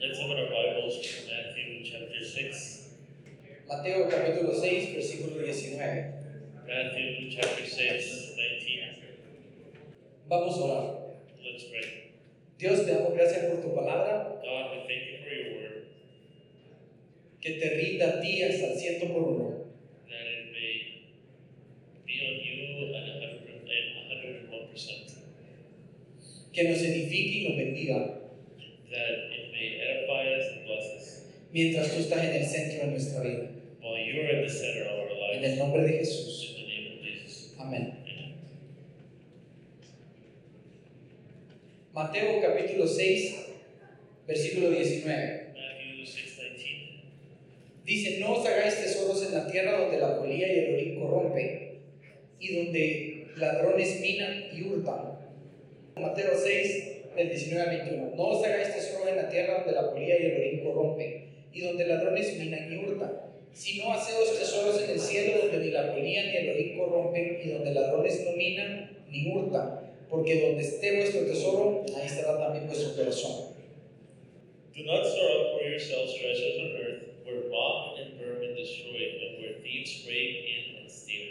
Let's open our Bibles to Matthew chapter 6. Mateo capítulo 6, versículo 19. Matthew chapter 6, 19. Vamos a orar. Let's pray. Dios, te damos gracias por tu palabra, God, we thank you for your word, que te rinda a ti hasta el ciento por uno. that it may be on you at 100 and 101%, Que nos edifique y nos bendiga, that it may edify us and bless us mientras tú estás en el centro de nuestra vida. while you are at the center of our En lives. el nombre de Jesús. In the name of Jesus. Amén. Amen. Mateo capítulo 6, versículo 19. Matthew 6, 19. Dice, no os hagáis tesoros en la tierra donde la polilla y el orín corrompe y donde ladrones minan y hurtan. Mateo 6, del 19 al 21. No os hagáis tesoros en la tierra donde la polilla y el orín corrompe y donde ladrones minan y hurtan, sino haceos tesoros en el cielo donde ni la polilla ni el orín corrompen y donde ladrones no minan ni hurtan, porque donde esté vuestro tesoro, ahí estará también vuestro corazón. Do not store up for yourselves treasures on earth, where moth and vermin destroy, and where thieves break in and steal.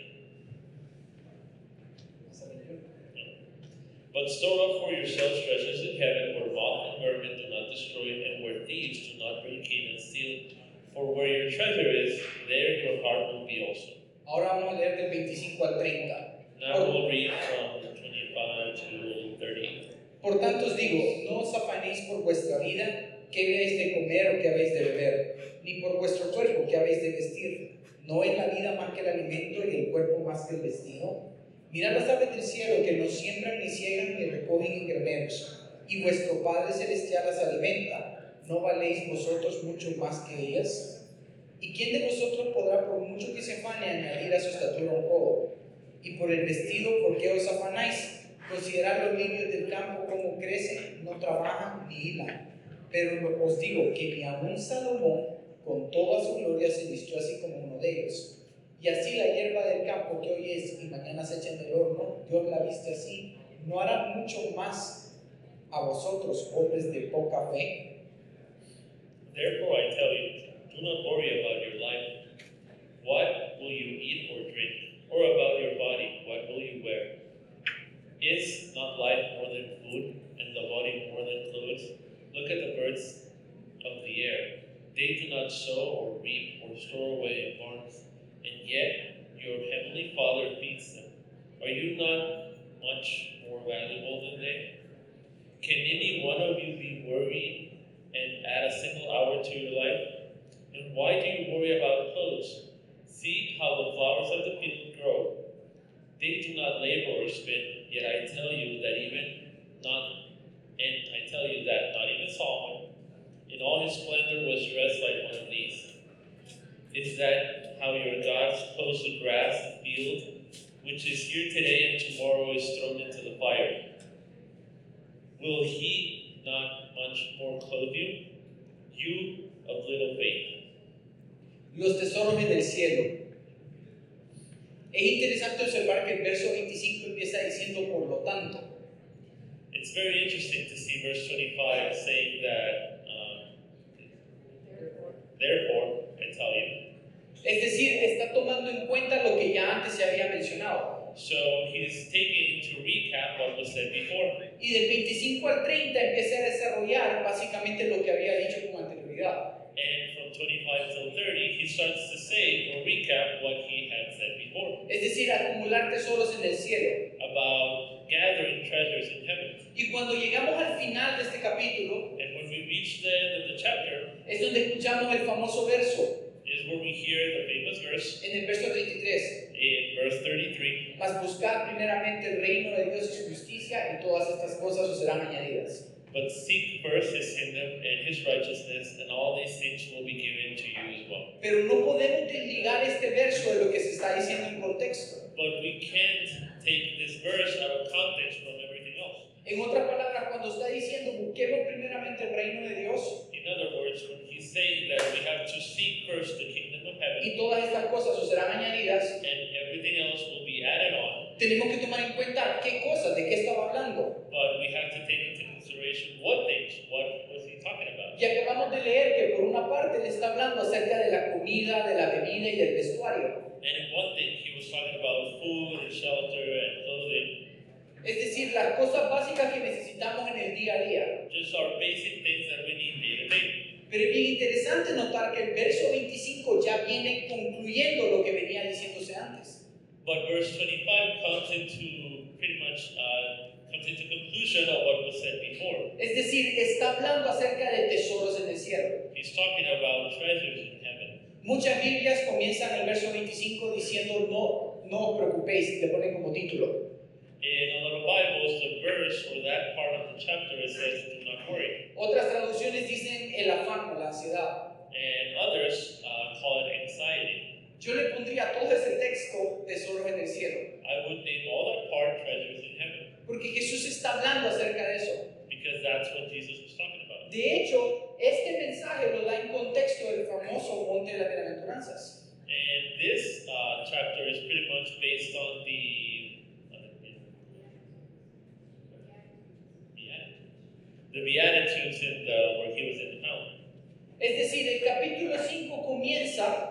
But store up for yourselves treasures in heaven, where moth and vermin do not destroy, and where thieves do not break in and steal. For where your treasure is, there your heart will be also. Ahora vamos a leer del 25 al 30. Now we'll read from 25 to 30. Por tanto os digo, no os afanéis por vuestra vida, qué habéis de comer o qué habéis de beber, ni por vuestro cuerpo, qué habéis de vestir. ¿No es la vida más que el alimento y el cuerpo más que el vestido? Mirad las aves del cielo que no siembran ni ciegan ni recogen en graneros, y vuestro Padre Celestial las alimenta. ¿No valéis vosotros mucho más que ellas? ¿Y quién de vosotros podrá, por mucho que se afane, añadir a su estatura un codo? ¿Y por el vestido, por qué os afanáis? Considerad los niños del campo como crecen, no trabajan ni hilan. Pero lo- os digo que ni aun Salomón, con toda su gloria, se vistió así como uno de ellos. Y así la hierba del campo que hoy es y mañana se echa en el horno, Dios la viste así. ¿No hará mucho más a vosotros, hombres de poca fe? Therefore I tell you, do not worry about your life, what will you eat or drink, or about your body, what will you wear? Is not life more than food, and the body more than clothes? Look at the birds of the air. They do not sow or reap or store away in barns, and yet your heavenly Father feeds them. Are you not much more valuable than they? Can any one of you be worried? and add a single hour to your life? And why do you worry about clothes? See how the flowers of the field grow. They do not labor or spin, yet I tell you that even not and I tell you that not even Solomon in all his splendor was dressed like one of these. Is that how your God supposed the grass the field, which is here today and tomorrow is thrown into the fire? Will he not much more clothe you, you of little faith? los tesoros en el cielo. Es interesante observar que el verso 25 empieza diciendo, por lo tanto. It's very interesting to see verse 25 saying that, um, therefore, I tell you. Es decir, está tomando en cuenta lo que ya antes se había mencionado. So he's taking to recap what was said before. Y del 25 al 30 empieza a desarrollar básicamente lo que había dicho con anterioridad. And from 25 till 30, he starts to say or recap what he had said before Es decir, acumular tesoros en el cielo. about gathering treasures in heaven. Y cuando llegamos al final de este capítulo, And when we reach the end of the chapter, es donde escuchamos el famoso verso, is where we hear the famous verse en el verso 33. in verse 33. Mas buscad primeramente el reino de Dios y su justicia y todas estas cosas os serán añadidas. But seek first his kingdom and his righteousness, and all these things will be given to you as well. Pero no podemos desligar este verso de lo que se está diciendo en contexto. But we can't take this verse out of context from everything else. En otras palabras, cuando está diciendo busquemos primeramente el reino de Dios In other words, when he's saying that we have to seek first the kingdom of heaven, y todas estas cosas os serán añadidas, and everything else will be added on, tenemos que tomar en cuenta qué cosas, de qué estaba hablando. but we have to take into consideration what things, what was he talking about? Y acá acabamos de leer que por una parte le está hablando acerca de la comida, de la bebida y del vestuario. And in one thing, he was talking about food and shelter and clothing, Es decir, las cosas básicas que necesitamos en el día a día. just our basic things that we need day to day. Pero es bien interesante notar que el verso 25 ya viene concluyendo lo que venía diciéndose antes. But verse 25 comes into pretty much uh, comes into conclusion of what was said before. Es decir, está hablando acerca de tesoros en el cielo. He's talking about treasures in heaven. Muchas Biblias comienzan el verso 25 diciendo no, no os preocupéis y te ponen como título. In a lot of Bibles, the verse or that part of the chapter it says, "Do not worry," Otras traducciones dicen el afán o la ansiedad. and others uh, call it anxiety. Yo le pondría a todo ese texto tesoros en el cielo, I would name all that part treasures in heaven porque Jesús está hablando acerca de eso. because that's what Jesus was talking about. De hecho, este mensaje lo da en contexto el famoso monte de las bienaventuranzas. And this uh, chapter is pretty much based on the Beatitudes. the Beatitudes in the where he was in the mountain. Es decir, el capítulo 5 comienza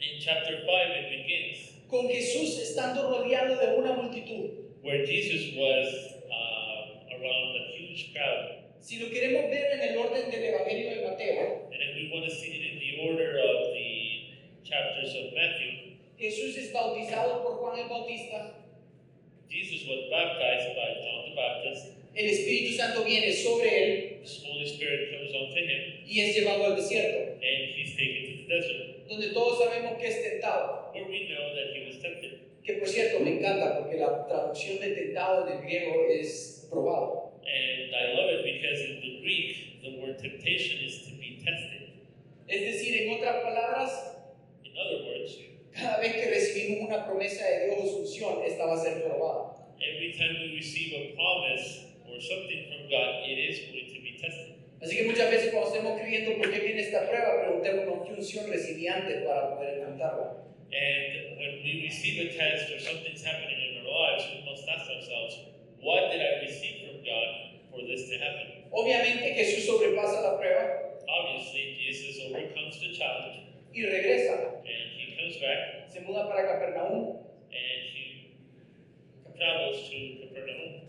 In chapter five, it begins con Jesús estando rodeado de una multitud. where Jesus was uh, around a huge crowd. Si lo queremos ver en el orden del Evangelio de Mateo, And if we want to see it in the order of the chapters of Matthew, Jesús es bautizado por Juan el Bautista, Jesus was baptized by John the Baptist. el Espíritu Santo viene sobre él The Holy Spirit comes onto him, y es llevado al desierto, and he's taken to the desert, donde todos sabemos que es tentado. where we know that he was tempted. Que por cierto me encanta porque la traducción de tentado en el griego es probado. And I love it because in the Greek, the word temptation is to be tested. Es decir, en otras palabras, In other words, cada vez que recibimos una promesa de Dios o su unción, esta va a ser probada. every time we receive a promise or something from God, it is going to be tested. Así que muchas veces cuando estemos escribiendo por qué viene esta prueba, preguntémonos qué unción recibí antes para poder enfrentarla. And when we receive a test or something's happening in our lives, we must ask ourselves, what did I receive from God for this to happen? Obviamente Jesús sobrepasa la prueba Obviously, Jesus overcomes the challenge y regresa. and he comes back Se muda para Capernaum, and he travels to Capernaum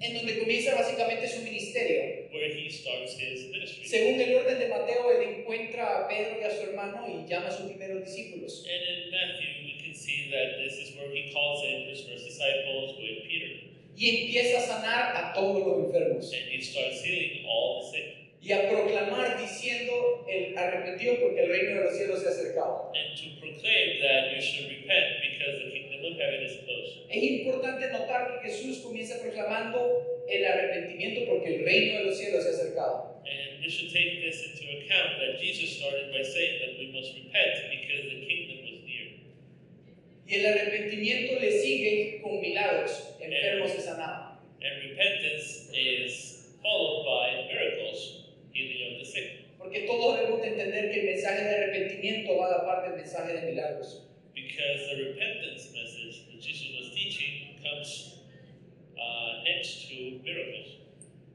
en donde comienza básicamente su ministerio. where he starts his ministry. Según el orden de Mateo, él encuentra a Pedro y a su hermano y llama a sus primeros discípulos. And in Matthew, we can see that this is where he calls in his first disciples with Peter, y empieza a sanar a todos los enfermos and he starts healing all the sick y a proclamar diciendo el arrepentido porque el reino de los cielos se ha acercado. and to proclaim that you should repent because the kingdom of heaven is close. Es importante notar que Jesús comienza proclamando el arrepentimiento porque el reino de los cielos se ha acercado. And we should take this into account that Jesus started by saying that we must repent because the kingdom was near. Y el arrepentimiento le sigue con milagros, enfermos se sanaban. And repentance is followed by miracles, healing of the sick. Porque todos debemos de entender que el mensaje de arrepentimiento va a la par del mensaje de milagros. Because the repentance message that Jesus was teaching comes uh, next to miracles.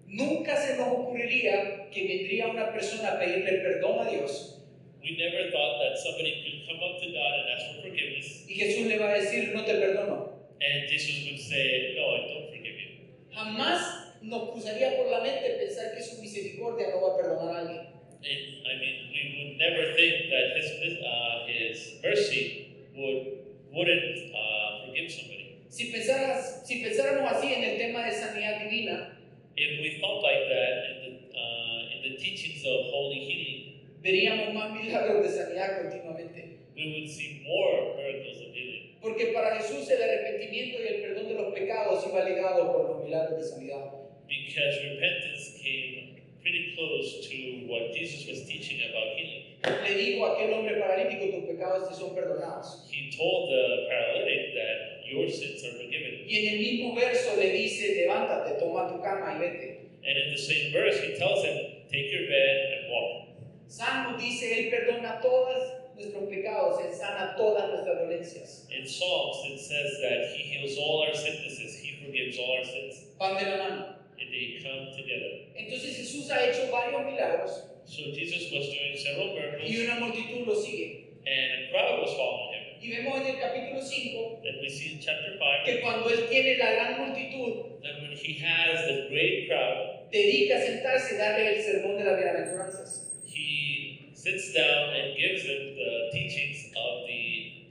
Nunca se nos ocurriría que vendría una persona a pedirle perdón a Dios We never thought that somebody could come up to God and ask for forgiveness, y Jesús le va a decir, no te perdono. and Jesus would say, No, I don't forgive you. Jamás nos cruzaría por la mente pensar que su misericordia no va a perdonar a alguien. And I mean, we would never think that His uh, His mercy would wouldn't uh, forgive somebody. Si, pensaras- si pensáramos así en el tema de sanidad divina, If we thought like that in the uh, in the teachings of holy healing, veríamos más milagros de sanidad continuamente. we would see more miracles of healing. Porque para Jesús el arrepentimiento y el perdón de los pecados iba ligado con los milagros de sanidad. Because repentance came pretty close to what Jesus was teaching about healing. Le digo a aquel hombre paralítico, tus pecados te son perdonados. He told the paralytic that your sins are forgiven. Y en el mismo verso le dice, levántate, toma tu cama y vete. And in the same verse, he tells him, Take your bed and walk. Salmo dice, él perdona todos nuestros pecados, él sana todas nuestras dolencias. In Psalms, it says that he heals all our sicknesses, he forgives all our sins, Van de la mano. and they come together. Entonces Jesús ha hecho varios milagros So Jesus was doing several miracles, y una multitud lo sigue. and a crowd was following him. Y vemos en el capítulo 5 And we see in chapter 5 que cuando él tiene la gran multitud, that when he has the great crowd, dedica a sentarse y darle el sermón de las bienaventuranzas. he sits down and gives them the teachings of the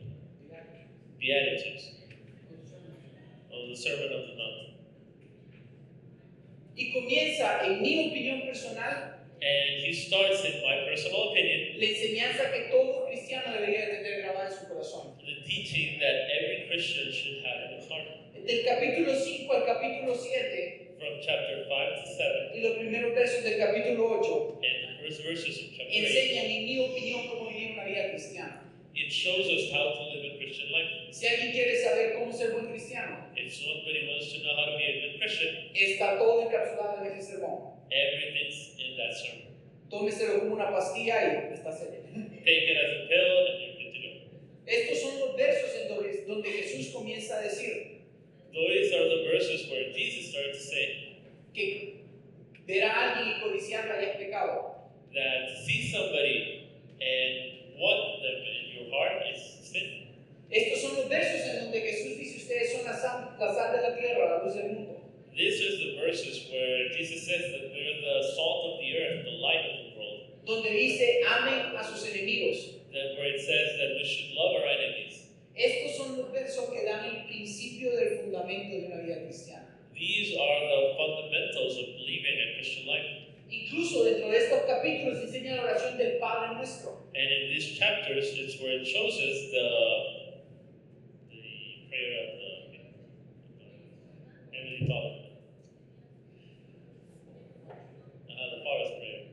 Beatitudes, of the Sermon of the Mount. Y comienza, en mi opinión personal, And he starts, in my personal opinion, la enseñanza que todo cristiano debería de tener grabada en su corazón. the teaching that every Christian should have in his heart. Del capítulo 5 al capítulo 7 From chapter 5 to 7, y los primeros versos del capítulo 8 and the first verses of chapter 8, enseñan, en mi opinión, cómo vivir una vida cristiana. it shows us how to live a Christian life. Si alguien quiere saber cómo ser buen cristiano, If somebody wants to know how to be a good Christian, está todo encapsulado en ese sermón. everything's in that sermon. Tómeselo como una pastilla y está serio. Take it as a pill and you're good to go. Estos son los versos en donde, donde Jesús comienza a decir Those are the verses where Jesus started to say que ver a alguien y codiciarla ya es pecado. that see somebody and want them in your heart is sin. Estos son los versos en donde Jesús dice, ustedes son la sal, la sal de la tierra, la luz del mundo. This is the verses where Jesus says that we're the salt of the earth, the light of the world. Donde dice, amen a sus enemigos. That where it says that we should love our enemies. Estos son los versos que dan el principio del fundamento de una vida cristiana. These are the fundamentals of believing a Christian life. Incluso dentro de estos capítulos enseña la oración del Padre nuestro. And in these chapters, it's where it shows us the the prayer of the Heavenly Father, uh, the Father's prayer.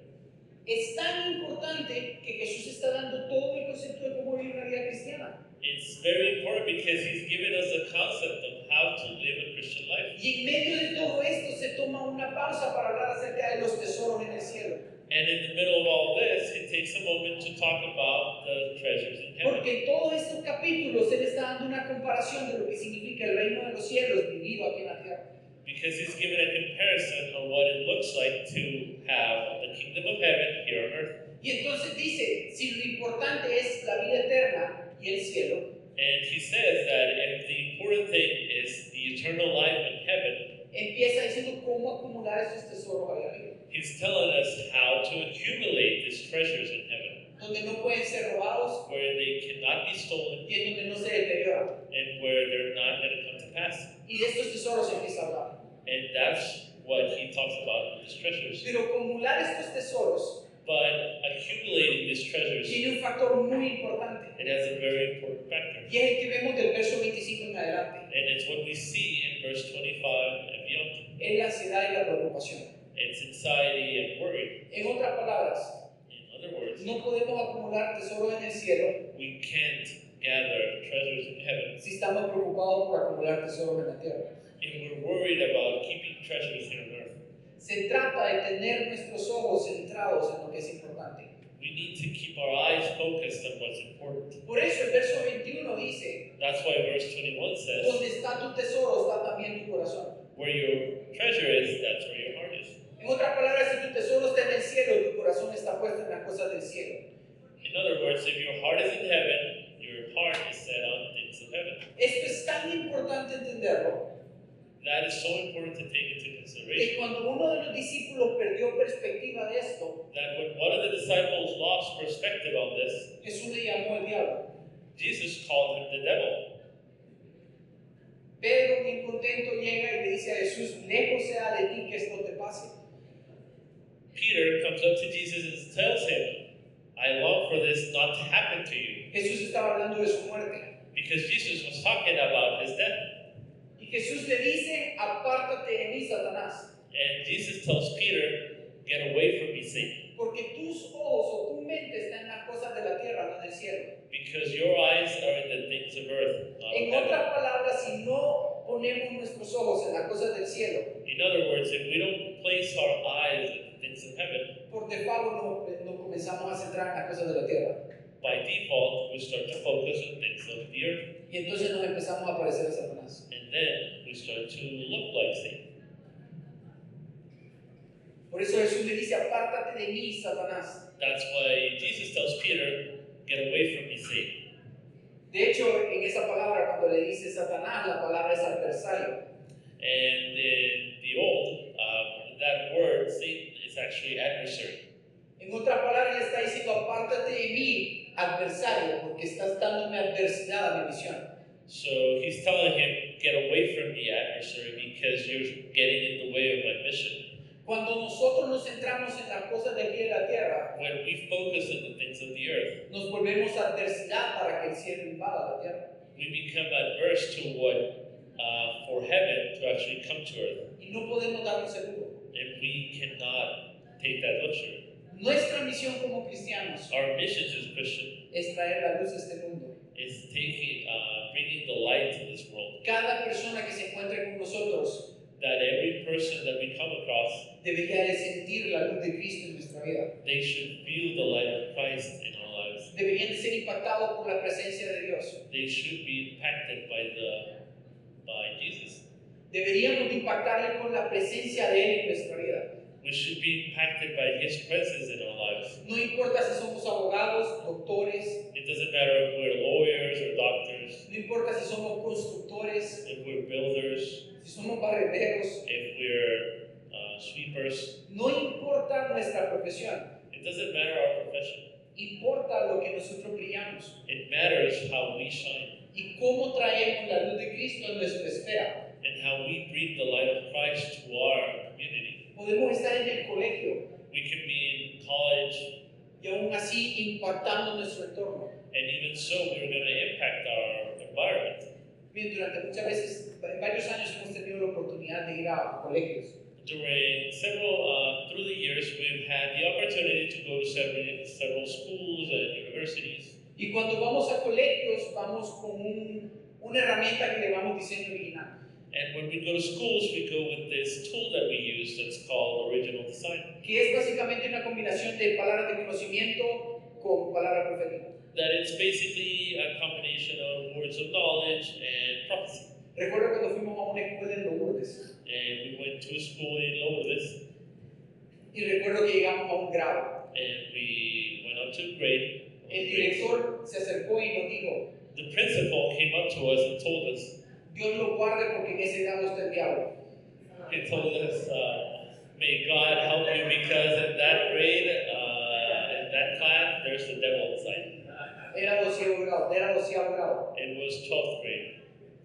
Es tan importante que Jesús está dando todo el concepto de cómo vivir una vida cristiana. It's very important because He's given us the concept of how to live a Christian life. Y en medio de todo esto se toma una pausa para hablar acerca de los tesoros en el cielo. And in the middle of all this, He takes a moment to talk about the treasures in heaven. Porque en todos estos capítulos Él está dando una comparación de lo que significa el reino de los cielos vivido aquí en la tierra. Because He's given a comparison of what it looks like to have the kingdom of heaven here on earth. Y entonces dice, si lo importante es la vida eterna y el cielo, And he says that if the important thing is the eternal life in heaven, empieza diciendo cómo acumular esos tesoros allá arriba, he's telling us how to accumulate these treasures in heaven, donde no pueden ser robados where they cannot be stolen y es donde no se deteriora. and where they're not going to come to pass. Y de estos tesoros empieza a hablar. And that's what he talks about with these treasures. Pero acumular estos tesoros But accumulating these treasures, it tiene un factor muy importante has a very important factor. y es el que vemos del verso 25 en adelante, And it's what we see in verse 25 and beyond. es la ansiedad y la preocupación. It's anxiety and worry. En otras palabras, In other words, no podemos acumular tesoros en el cielo we can't gather treasures in heaven si estamos preocupados por acumular tesoros en la tierra. and we're worried about keeping treasures here on earth. Se trata de tener nuestros ojos centrados en lo que es importante. We need to keep our eyes focused on what's important. Por eso el verso 21 dice, That's why verse 21 says, Donde está tu tesoro está también tu corazón. Where your treasure is, that's where your heart is. En otras palabras, si tu tesoro está en el cielo, tu corazón está puesto en las cosas del cielo. In other words, if your heart is in heaven, your heart is set on things of heaven. Esto es tan importante entenderlo That is so important to take into consideration. que cuando uno de los discípulos perdió perspectiva de esto, That when one of the disciples lost perspective on this, Jesús le llamó el diablo. Jesus called him the devil. Pedro, bien contento, llega y le dice a Jesús: Lejos sea de ti que esto te pase. Peter comes up to Jesus and tells him, I long for this not to happen to you. Jesús estaba hablando de su muerte. Because Jesus was talking about his death. Y Jesús le dice: Apártate de mí, Satanás, And Jesus tells Peter, Get away from me, Satan, porque tus ojos o tu mente está en las cosas de la tierra, no en el cielo. because your eyes are in the things of earth, not of En heaven. otras palabras, si no ponemos nuestros ojos en las cosas del cielo, In other words, if we don't place our eyes in the things of heaven, por default no, no comenzamos a centrar en las cosas de la tierra. by default, we start to focus on things of the earth, Y entonces nos empezamos a parecer a Satanás. and then we start to look like Satan. Por eso Jesús le dice, apártate de mí, Satanás. That's why Jesus tells Peter, Get away from me, Satan. De hecho, en esa palabra, cuando le dice Satanás, la palabra es adversario. And in the old, um, that word, Satan, is actually adversary. En otras palabras, le está diciendo, apártate de mí, adversario, porque estás dándome adversidad a mi misión. So he's telling him, Get away from me, adversary, because you're getting in the way of my mission. Cuando nosotros nos centramos en las cosas de aquí de la tierra, When we focus on the things of the earth, nos volvemos adversidad para que el cielo invada la tierra. we become adverse to what uh, for heaven to actually come to earth. Y no podemos darnos seguro. And we cannot take that luxury. Nuestra misión como cristianos Our mission as Christian es traer la luz a este mundo. is taking, uh, bringing the light to this world. Cada persona que se encuentre con nosotros That every person that we come across, debería de sentir la luz de Cristo en nuestra vida. they should feel the light of Christ in our lives. Deberían de ser impactados por la presencia de Dios. They should be impacted by the by Jesus. Deberíamos de impactarle con la presencia de Él en nuestra vida. We should be impacted by His presence in our lives. No importa si somos abogados, doctores, It doesn't matter if we're lawyers or doctors, no importa si somos constructores, if we're builders, si somos barrenderos, if we're uh, sweepers. no importa nuestra profesión. It doesn't matter our profession. Importa lo que nosotros brillamos It matters how we shine y cómo traemos la luz de Cristo en nuestra esfera. and how we bring the light of Christ to our community. Podemos estar en el colegio We can be in college, y aún así impactando nuestro entorno. and even so, we're going to impact our environment. Bien, durante muchas veces, en varios años hemos tenido la oportunidad de ir a colegios During several, uh, through the years, we've had the opportunity to go to several, several schools and universities. y cuando vamos a colegios vamos con un- una herramienta que le llamamos diseño original. And when we go to schools, we go with this tool that we use that's called original design. que es básicamente una combinación de palabras de conocimiento con palabras proféticas. That it's basically a combination of words of knowledge and prophecy. Recuerdo cuando fuimos a una escuela en Lourdes And we went to a school in Lourdes, y recuerdo que llegamos a un grado. and we went up to a grade. El director se acercó y nos dijo, The principal came up to us and told us, Dios lo guarde porque en ese grado está el diablo. He told us, uh, may God help you because in that grade, uh, in that class, there's the devil inside. Era doceavo grado, era doceavo grado. It was 12th grade.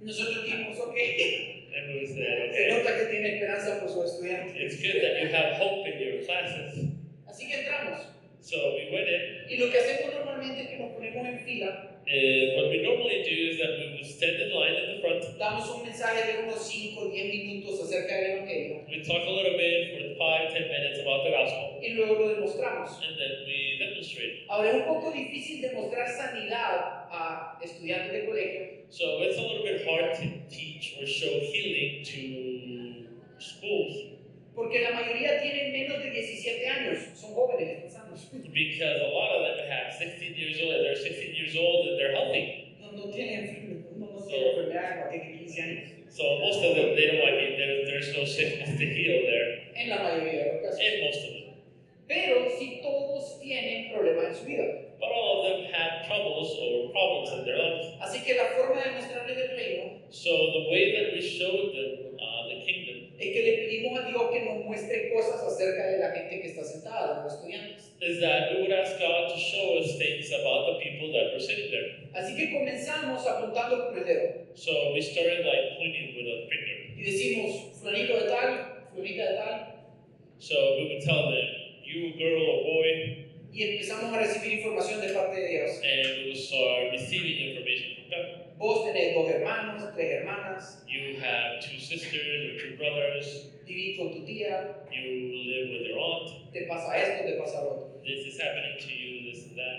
Nosotros dijimos, ok, And we said, se okay, nota que tiene esperanza por su estudiante. uh, it's good that you have hope in your classes. Así que entramos. So we went in. Y lo que hacemos normalmente es que nos ponemos en fila, And what we normally do is that we would stand in line in the front. damos un mensaje de unos 5 o 10 minutos acerca del Evangelio We talk a little bit for five, ten minutes about the gospel. y luego lo demostramos. And then we demonstrate. Ahora es un poco difícil demostrar sanidad a estudiantes de colegio So it's a little bit hard to teach or show healing to schools. porque la mayoría tienen menos de 17 años, son jóvenes, están sanos. Because a lot of them have 16 years old, they're 16 years old and they're healthy. No, no tiene enfermedad, no, no tiene enfermedad cuando tiene 15 años. So most of them, they don't, I mean, there, there's no sickness to heal there. En la mayoría de los casos. In most of them. Pero si todos tienen problemas en su vida. But all of them have troubles or problems in their lives. Así que la forma de mostrarles el reino So the way that we showed them uh, the kingdom es que le pedimos a Dios que nos muestre cosas acerca de la gente que está sentada, de los estudiantes. is that we would ask God to show us things about the people that were sitting there. Así que comenzamos apuntando con el dedo So we started like pointing with a finger. y decimos, fulanito de tal, fulanita de tal, So we would tell them, you girl or boy, y empezamos a recibir información de parte de Dios. and we would start receiving information from them. Vos tenés dos hermanos, tres hermanas, You have two sisters or two brothers. vivís con tu tía, You live with your aunt. te pasa esto, te pasa lo otro. This is happening to you, this and that.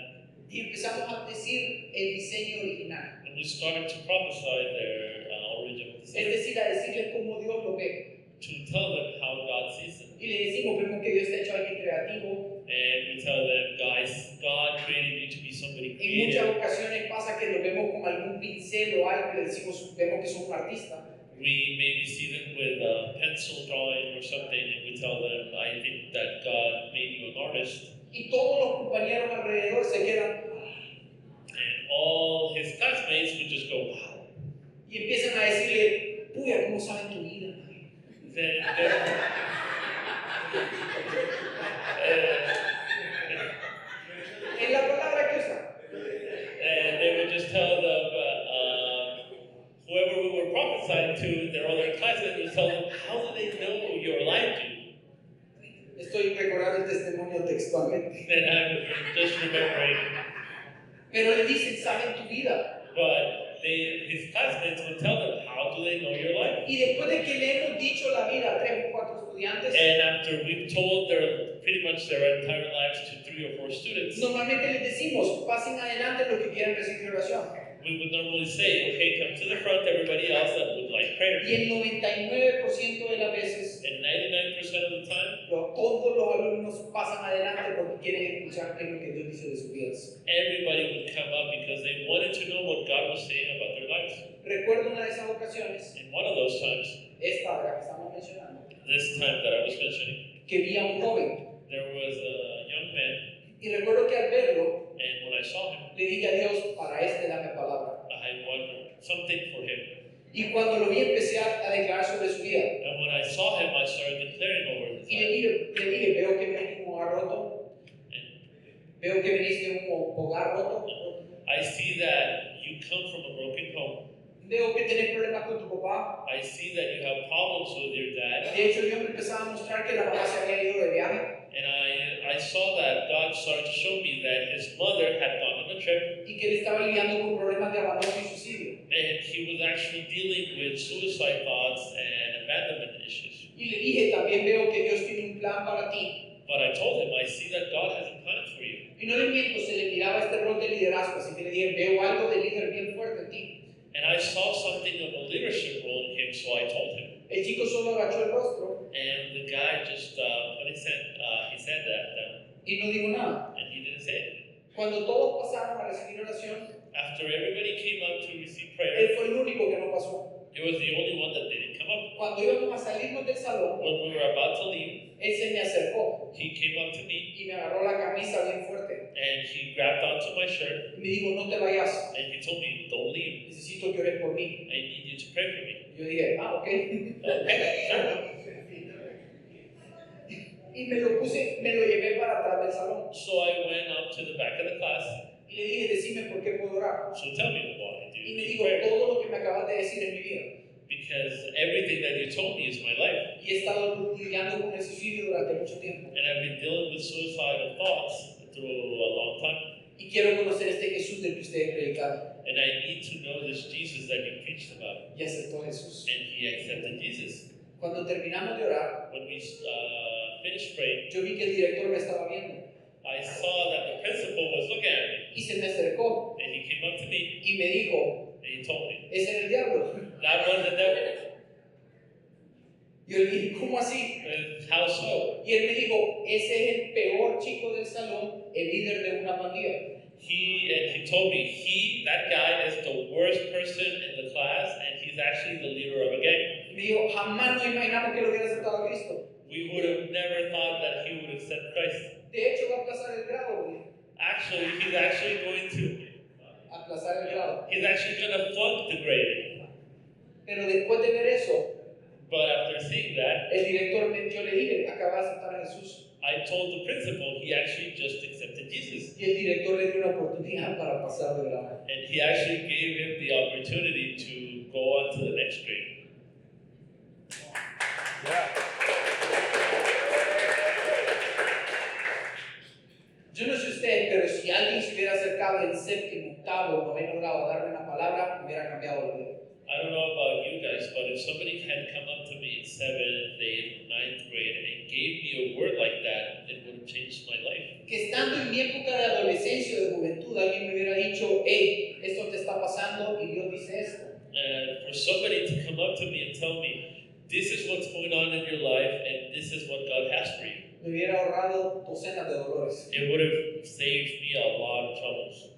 Y empezamos a decir el diseño original, And we started to prophesy their uh, original es design decir, a decirles cómo Dios lo ve. to tell them how God sees them. Y le decimos, vemos que Dios te ha hecho alguien creativo. And we tell them, guys, God created you to be somebody En muchas creative. ocasiones pasa que lo vemos con algún pincel o algo y le decimos, vemos que sos un artista. And we maybe see them with a pencil drawing or something, and we tell them, I think that God made you an artist. Y todos los compañeros alrededor se quedan And all his classmates would just go, wow. y empiezan a decirle, puya, ¿cómo saben tu vida? Then, then, and, Es la palabra que usa. and they would just tell them, uh, uh, whoever we were prophesying to, their other classmates would tell them, how do they know your life, dude? Estoy recordando el testimonio textualmente. Then I'm just remembering, Pero le dicen, saben tu vida. but they, his classmates would tell them, how do they know your life? Y después de que le hemos dicho la vida a tres o cuatro estudiantes, And after we've told their pretty much their entire lives to three or four students, normalmente les decimos, pasen adelante los que quieran recibir oración. we would normally say, okay, come to the front, everybody else that would like prayer. Y el 99% de las veces, And 99% of the time, lo- todos los alumnos pasan adelante porque quieren escuchar qué es lo que Dios dice de sus vidas. everybody would come up because they wanted to know what God was saying about their lives. Recuerdo una de esas ocasiones, In one of those times, esta de la que estamos mencionando, this time that I was mentioning, que vi a un joven. there was a young man, Y recuerdo que al verlo, and when I saw him, le dije a Dios, para este dame palabra. I wanted something for him. Y cuando lo vi, empecé a a declarar sobre su vida. And when I saw him, I started declaring over his Y le life. dije, le dije, veo que venís de un hogar roto, And veo que venís de un hogar roto, I see that you come from a broken home. veo que tenés problemas con tu papá. I see that you have problems with your dad, De hecho, yo me empezaba a mostrar que la mamá se había ido de viaje and I I saw that God started to show me that his mother had gone on a trip, y que él estaba lidiando con problemas de abandono y suicidio. and he was actually dealing with suicide thoughts and abandonment issues. Y le dije, también veo que Dios tiene un plan para ti. But I told him, I see that God has a plan for you, Y no le miento, se le miraba este rol de liderazgo, así que le dije, veo algo de líder bien fuerte en ti. and I saw something of a leadership role in him, so I told him. El chico solo agachó el rostro And the guy just uh, put his hand, uh, he said that down, y no dijo nada. and he didn't say it. Cuando todos pasaron a recibir oración, After everybody came up to receive prayer, él fue el único que no pasó. he was the only one that didn't come up. Cuando íbamos a salirnos del salón, When we were about to leave, Él se me acercó he came up to me. y me agarró la camisa bien fuerte. And he grabbed onto my shirt Me dijo, no te vayas, and he told me, Don't leave. necesito que ores por I mí. need you to pray for me. Uh, Yo dije, ah, ok. Okay, sure. Y me lo puse, me lo llevé para atrás del salón. So I went up to the back of the class. Y le dije, decime por qué puedo orar. So tell me why do Y you me need dijo, prayer? todo lo que me acabas de decir en mi vida. Because everything that you told me is my life. Y he estado lidiando con el suicidio durante mucho tiempo. And I've been dealing with suicidal thoughts through a long time. Y quiero conocer este Jesús del que ustedes predicaron. And I need to know this Jesus that you preached about. Y aceptó Jesús. And he accepted Jesus. Cuando terminamos de orar, When we uh, finished praying, yo vi que el director me estaba viendo. I saw that the principal was looking at me. Y se me acercó And he came up to me y me dijo, and he told me, ese es el diablo. That was the devil. Yo le dije, ¿cómo así? And How so? Y él me dijo, ese es el peor chico del salón, el líder de una pandilla. He and he told me he that guy is the worst person in the class and he's actually the leader of a gang. Y me dijo, jamás nos imaginamos que lo hubiera aceptado a Cristo. We would have never thought that he would have said Christ. De hecho, va a aplazar el grado, güey. Actually, he's actually going to Aplazar el grado. he's actually gonna flunk the grade. Pero después de ver eso, But after seeing that, el director me, yo le dije, acaba de aceptar a Jesús. I told the principal he actually just accepted Jesus. Y el director le dio una oportunidad para pasar de grado. And he actually gave him the opportunity to go on to the next grade. Yo no sé ustedes, pero si alguien se hubiera acercado en séptimo, octavo, noveno grado a darme una palabra, me hubiera cambiado la vida. I don't know about you guys, but if somebody had come up to me in seventh, eighth, ninth grade and gave me a word like that, it would have changed my life. que estando en mi época de adolescencia o de juventud, alguien me hubiera dicho, hey, esto te está pasando y Dios dice esto. And for somebody to come up to me and tell me, this is what's going on in your life and this is what God has for you, Me hubiera ahorrado docenas de dolores. it would have saved me a lot of troubles.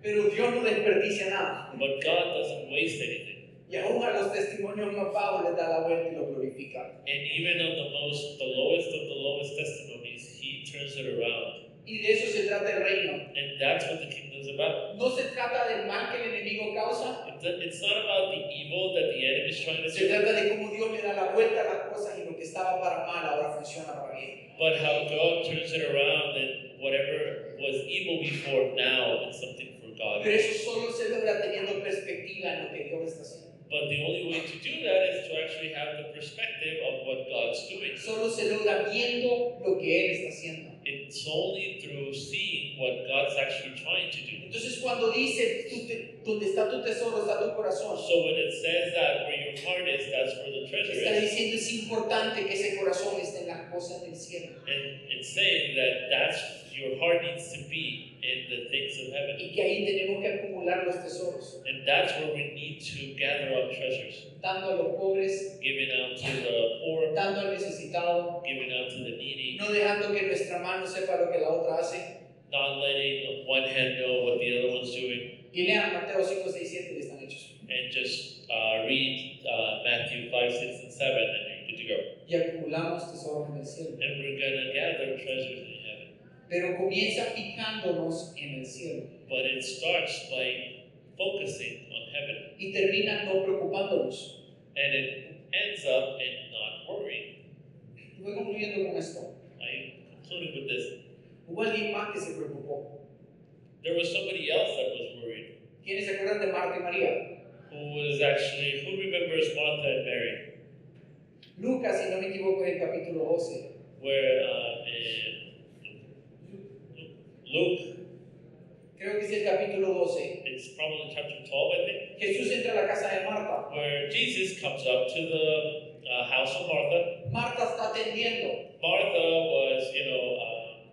Pero Dios no desperdicia nada. But God doesn't waste anything. Y aún a los testimonios más bajos les da la vuelta y los glorifica. And even on the most, the lowest of the lowest testimonies, he turns it around. Y de eso se trata el reino. And that's what the kingdom's about. No se trata del mal que el enemigo causa, It do- It's not about the evil that the enemy is trying to se do, trata de cómo Dios le da la vuelta a las cosas y lo que estaba para mal ahora funciona para bien. but how God turns it around and whatever was evil before, now it's something for God. Pero eso solo se logra teniendo perspectiva en lo que Dios está haciendo. But the only way to do that is to actually have the perspective of what God's doing. Solo se logra viendo lo que Él está haciendo. It's only through seeing what God's actually trying to do. Entonces cuando dice, tú te- donde está tu tesoro, está tu corazón, So when it says that where your heart is, that's where the treasure está is. diciendo es importante que ese corazón esté en las cosas del cielo And it's saying that that's your heart needs to be in the things of heaven. y que ahí tenemos que acumular los tesoros, And that's where we need to gather up treasures. dando a los pobres, Giving out to the poor, dando al necesitado, giving out to the needy, no dejando que nuestra mano sepa lo que la otra hace. not letting one hand know what the other one's doing, Y lean Mateo 5, 6, 7 y están hechos. and just uh, read uh, Matthew 5, 6, and 7, and you're good to go. y acumulamos tesoros en el cielo. And we're going to gather treasures in heaven. Pero comienza fijándonos en el cielo But it starts by focusing on heaven, y termina no preocupándonos. and it ends up in not worrying. Voy concluyendo con esto. I concluded with this. Hubo alguien más que se preocupó. There was somebody else that was worried, ¿Quiénes se acuerdan de Marta y María? who was actually, who remembers Martha and Mary, Lucas, si no me equivoco, es el capítulo 12. where um, in Luke, Creo que es el capítulo 12. it's probably chapter 12, I think, Jesús entra a la casa de Marta. where Jesus comes up to the uh, house of Martha. Marta está atendiendo. Martha was, you know,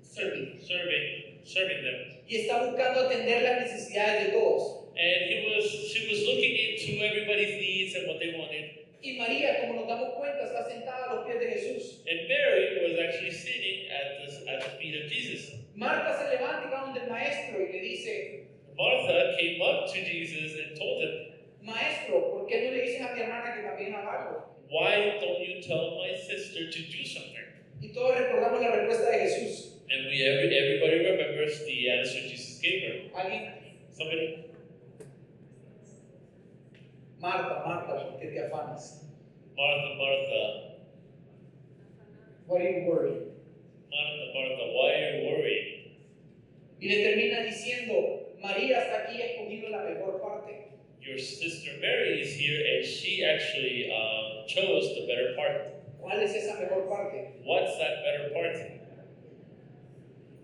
serving, um, serving, serving them. Y está buscando atender las necesidades de todos. And he was, she was looking into everybody's needs and what they wanted. Y María, como nos damos cuenta, está sentada a los pies de Jesús. And Mary was actually sitting at the, at the feet of Jesus. Marta se levanta y va donde el maestro y le dice, Martha came up to Jesus and told him, Maestro, ¿por qué no le dices a mi hermana que también haga algo? Why don't you tell my sister to do something? Y todos recordamos la respuesta de Jesús. And we every, everybody remembers the answer Jesus gave her. Alguien, Somebody, Marta, Marta, ¿por qué te afanas? Martha, Martha, What are you worried? Martha, Martha, why are you worrying? Y le termina diciendo, María hasta aquí ha escogido la mejor parte. Your sister Mary is here and she actually um, chose the better part. ¿Cuál es esa mejor parte? What's that better part?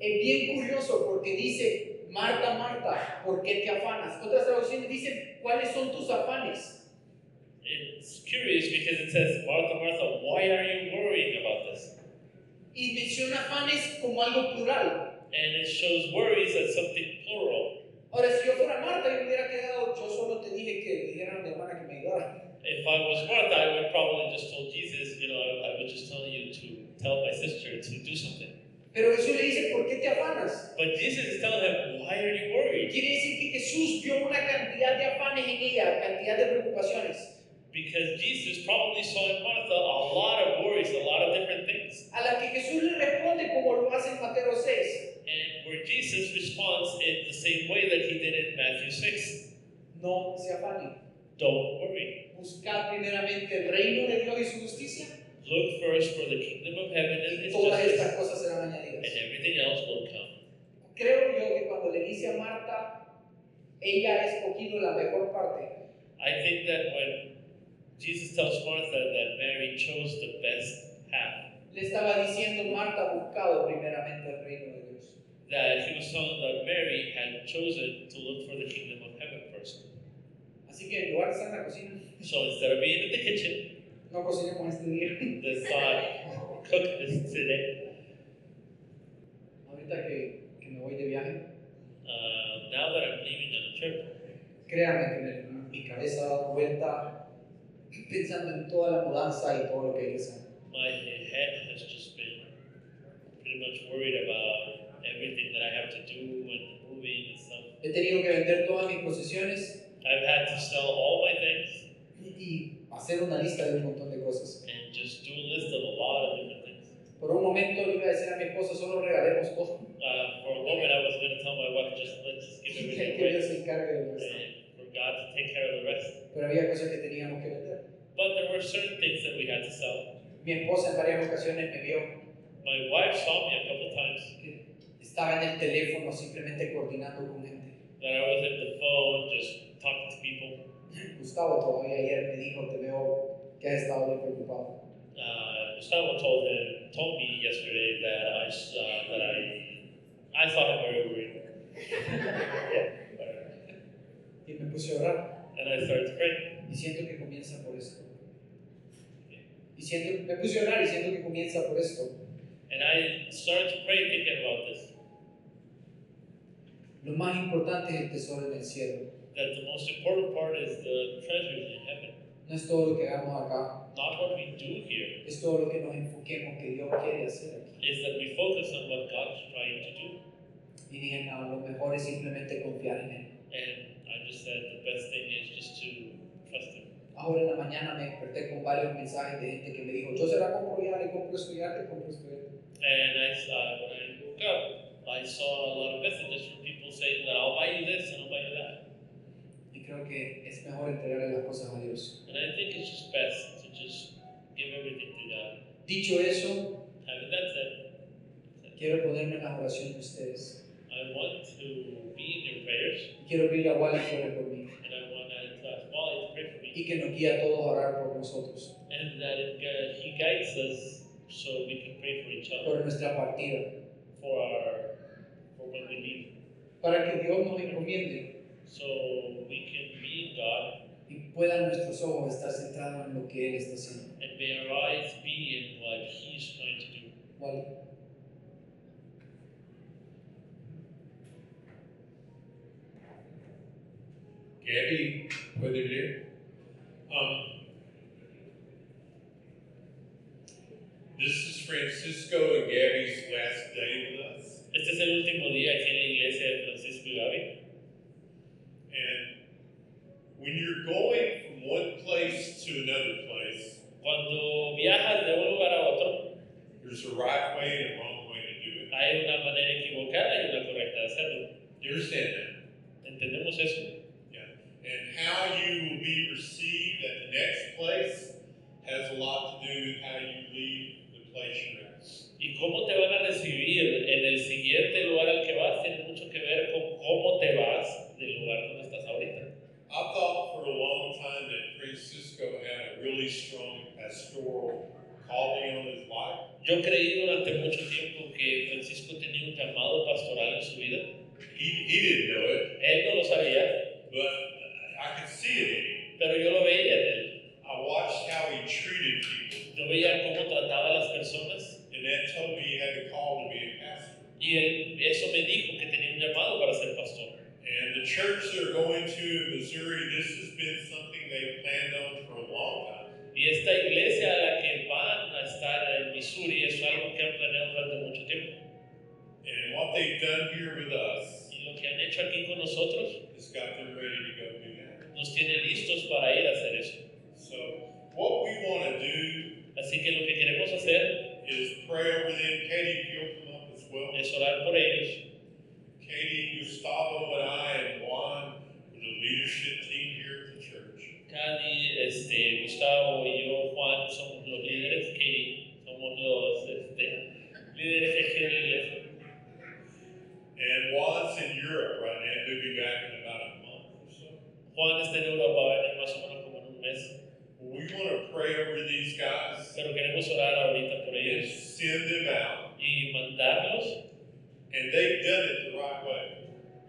Es bien curioso porque dice, Marta, Marta, ¿por qué te afanas? Otras traducciones dicen, ¿cuáles son tus afanes? It's curious because it says, Martha, Martha, why are you worrying about this? Y menciona afanes como algo plural. And it shows worries as something plural. Ahora, si yo fuera Marta, yo me hubiera quedado, yo solo te dije que le dijeran a mi hermana que me ayudara. If I was Martha, I would probably just told Jesus, you know, I, I would just tell you to tell my sister to do something. Pero Jesús le dice, ¿por qué te afanas? But Jesus is telling him, why are you worried? Quiere decir que Jesús vio una cantidad de afanes en ella, cantidad de preocupaciones, Because Jesus probably saw in Martha a lot of worries, a lot of different things. a las que Jesús le responde como lo hace en Mateo 6. And where Jesus responds in the same way that he did in Matthew 6 No se afanen. Don't worry. Buscad primeramente el reino de Dios y su justicia Look first for the kingdom of heaven and y its todas justice. estas cosas serán and añadidas. everything else will come. Creo yo que cuando le dice a Marta, ella ha escogido la mejor parte, I think that when Jesus tells Martha that Mary chose the best half, le estaba diciendo, Marta, buscado primeramente el reino de Dios. that he was telling that Mary had chosen to look for the kingdom of heaven first. Así que en lugar de estar en la cocina, So instead of being in the kitchen, no cocinemos este día. let's not cook this today. Ahorita que, que me voy de viaje. Uh, now that I'm leaving on a trip, Créame que me- mi cabeza ha dado vuelta pensando en toda la mudanza y todo lo que hay que hacer. my head has just been pretty much worried about everything that I have to do and moving and stuff. He tenido que vender todas mis posesiones, I've had to sell all my things y hacer una lista de un montón de cosas. and just do a list of a lot of different things. Por un momento le iba a decir a mi esposa, solo regalemos todo Uh, for a moment, I was going to tell my wife, just let's just give y que everything que away Dios se encargue del resto. and for God to take care of the rest. Pero había cosas que teníamos que vender. But there were certain things that we had to sell. Mi esposa en varias ocasiones me vio My wife saw me a couple times que estaba en el teléfono simplemente coordinando con gente. that I was at the phone just talking to people. Gustavo todavía ayer me dijo, te veo que has estado muy preocupado. Uh, Gustavo told him told me yesterday that I s- uh, that I I saw him very worried. yeah, whatever. Y me puse a orar and I started to pray. y siento que comienza por esto. Y siento, me puse a orar y siento que comienza por esto. And I started to pray thinking about this. Lo más importante es el tesoro en el cielo. That the most important part is the treasures in heaven. No es todo lo que hagamos acá, Not what we do here, es todo lo que nos enfoquemos que Dios quiere hacer aquí. is that we focus on what God's trying to do. Y dije, no, lo mejor es simplemente confiar en Él. And I just said the best thing is just to trust Him. Ahora en la mañana me desperté con varios mensajes de gente que me dijo, yo se la compro ya, le compro estudiar, le compro estudiar. And I uh, when I woke up, I saw a lot of messages from people saying that I'll buy you this and I'll buy you that. Y creo que es mejor entregarle las cosas a Dios. And I think it's just best to just give everything to God. Dicho eso, Having that said, quiero ponerme en las oraciones de ustedes. I want to be in your prayers Y quiero pedirle a Wally que ore por mí. and I want to ask Wally to pray for me Y que nos guíe a todos a orar por nosotros, and that it, uh, he guides us so we can pray for each other por nuestra partida. for our for when we leave Para que Dios nos encomiende so we can be in God y puedan nuestros ojos estar centrados en lo que Él está haciendo. and may our eyes be in what He's trying to do. Wally. Gabby, whether there. Um, this is Francisco and Gabby's last day with us, Este es el último día aquí en la iglesia de Francisco y Gaby. and when you're going from one place to another place, Cuando viajas de un lugar a otro, there's a right way and a wrong way to do it. hay una manera equivocada y una correcta de hacerlo. You understand that? ¿Entendemos eso? And how you will be received at the next place has a lot to do with how you leave the place you're at. Y cómo te van a recibir en el siguiente lugar al que vas tiene mucho que ver con cómo te vas del lugar donde estás ahorita. I thought for a long time that Francisco had a really strong pastoral calling on his life. Yo creí durante mucho tiempo que Francisco tenía un llamado pastoral en su vida. He, he didn't know it, Él no lo sabía, but I could see it. pero yo lo veía en él. in him. I watched how he treated people, Yo veía cómo trataba a las personas and that told me he had a call to be a pastor. y él, eso me dijo que tenía un llamado para ser pastor. And the church they're going to in Missouri, this has been something they've planned on for a long time. Y esta iglesia a la que van a estar en Missouri es algo que han planeado durante mucho tiempo. And what they've done here with us Y lo que han hecho aquí con nosotros has got them ready to go do that. nos tiene listos para ir a hacer eso. So, what we want to do Así que lo que queremos hacer is pray over them. Katie, if you'll come up as well. es orar por ellos. Katie, Gustavo, and I, and Juan, were the leadership team here at the church. Cani, este, Gustavo y yo, Juan, somos los líderes, Katie, somos los este, líderes aquí de la iglesia. And Juan's in Europe right now. He'll be back in about a month or so. Juan está en Europa, va a venir más o menos como en un mes. We want to pray over these guys pero queremos orar ahorita por and ellos send them out. y mandarlos And they've done it the right way.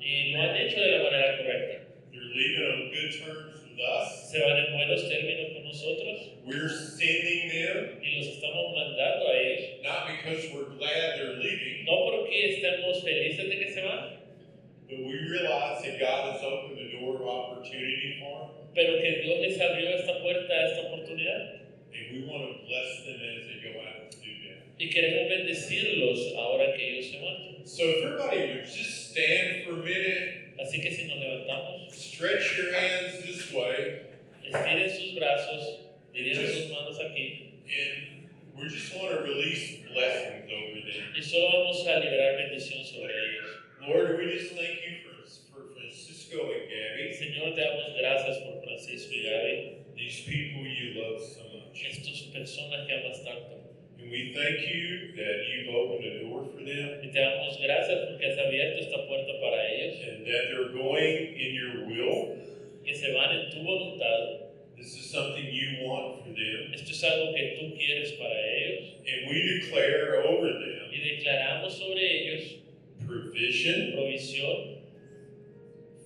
y lo han hecho de la manera correcta. They're leaving on good terms with us. Se van en buenos términos con nosotros We're sending them y los estamos mandando a ellos. not because we're glad they're leaving, No porque estemos felices de que se van, but we realize that God has opened the door of opportunity for them, pero que Dios les abrió esta puerta, esta oportunidad and we want to bless them as they go out to do that. y queremos bendecirlos ahora que ellos se van. So if everybody would just stand for a minute Así que si nos levantamos, Stretch your hands this way, estiren sus brazos, dirijan sus manos aquí and we just want to release blessings over them. y solo vamos a liberar bendición sobre ellos. Lord, we just thank you for, for Francisco and Gabby, Señor, te damos gracias por Francisco y Gaby, these people you love so much. estas personas que amas tanto. And we thank you that you've opened a door for them Y te damos gracias porque has abierto esta puerta para ellos, and that they're going in your will. que se van en tu voluntad. This is something you want for them. Esto es algo que tú quieres para ellos And we declare over them y declaramos sobre ellos provision, provisión,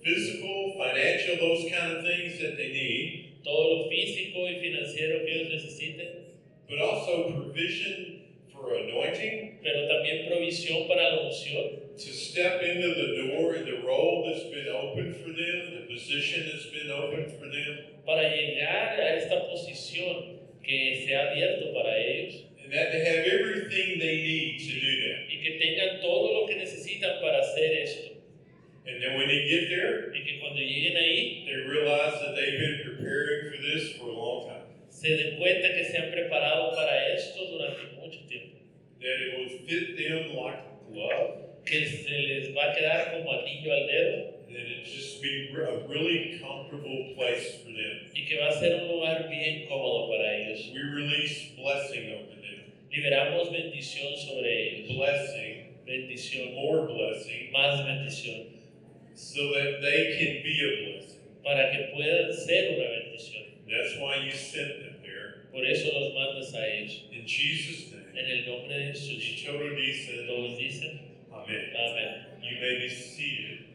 physical, financial, those kind of things that they need, todo lo físico y financiero que ellos necesiten, but also provision for anointing pero también provisión para la unción to step into the door and the role that's been open for them, the position that's been open for them, para llegar a esta posición que se ha abierto para ellos and that they have everything they need to do that. y que tengan todo lo que necesitan para hacer esto And then when they get there, y que cuando lleguen ahí they realize that they've been preparing for this for a long time. se den cuenta que se han preparado para esto durante mucho tiempo, That it will fit them like a glove, que se les va a quedar como anillo al dedo and it just be a really comfortable place for them. y que va a ser un lugar bien cómodo para ellos. We release blessing over them. Liberamos bendición sobre ellos, Blessing, bendición, more blessing, más bendición, so that they can be a blessing. para que puedan ser una bendición. That's why you sent them there. Por eso los mandas a ellos. In Jesus' En name. el nombre de In Jesús, Children, he said, todos dicen, Amen. amén. You may be seated.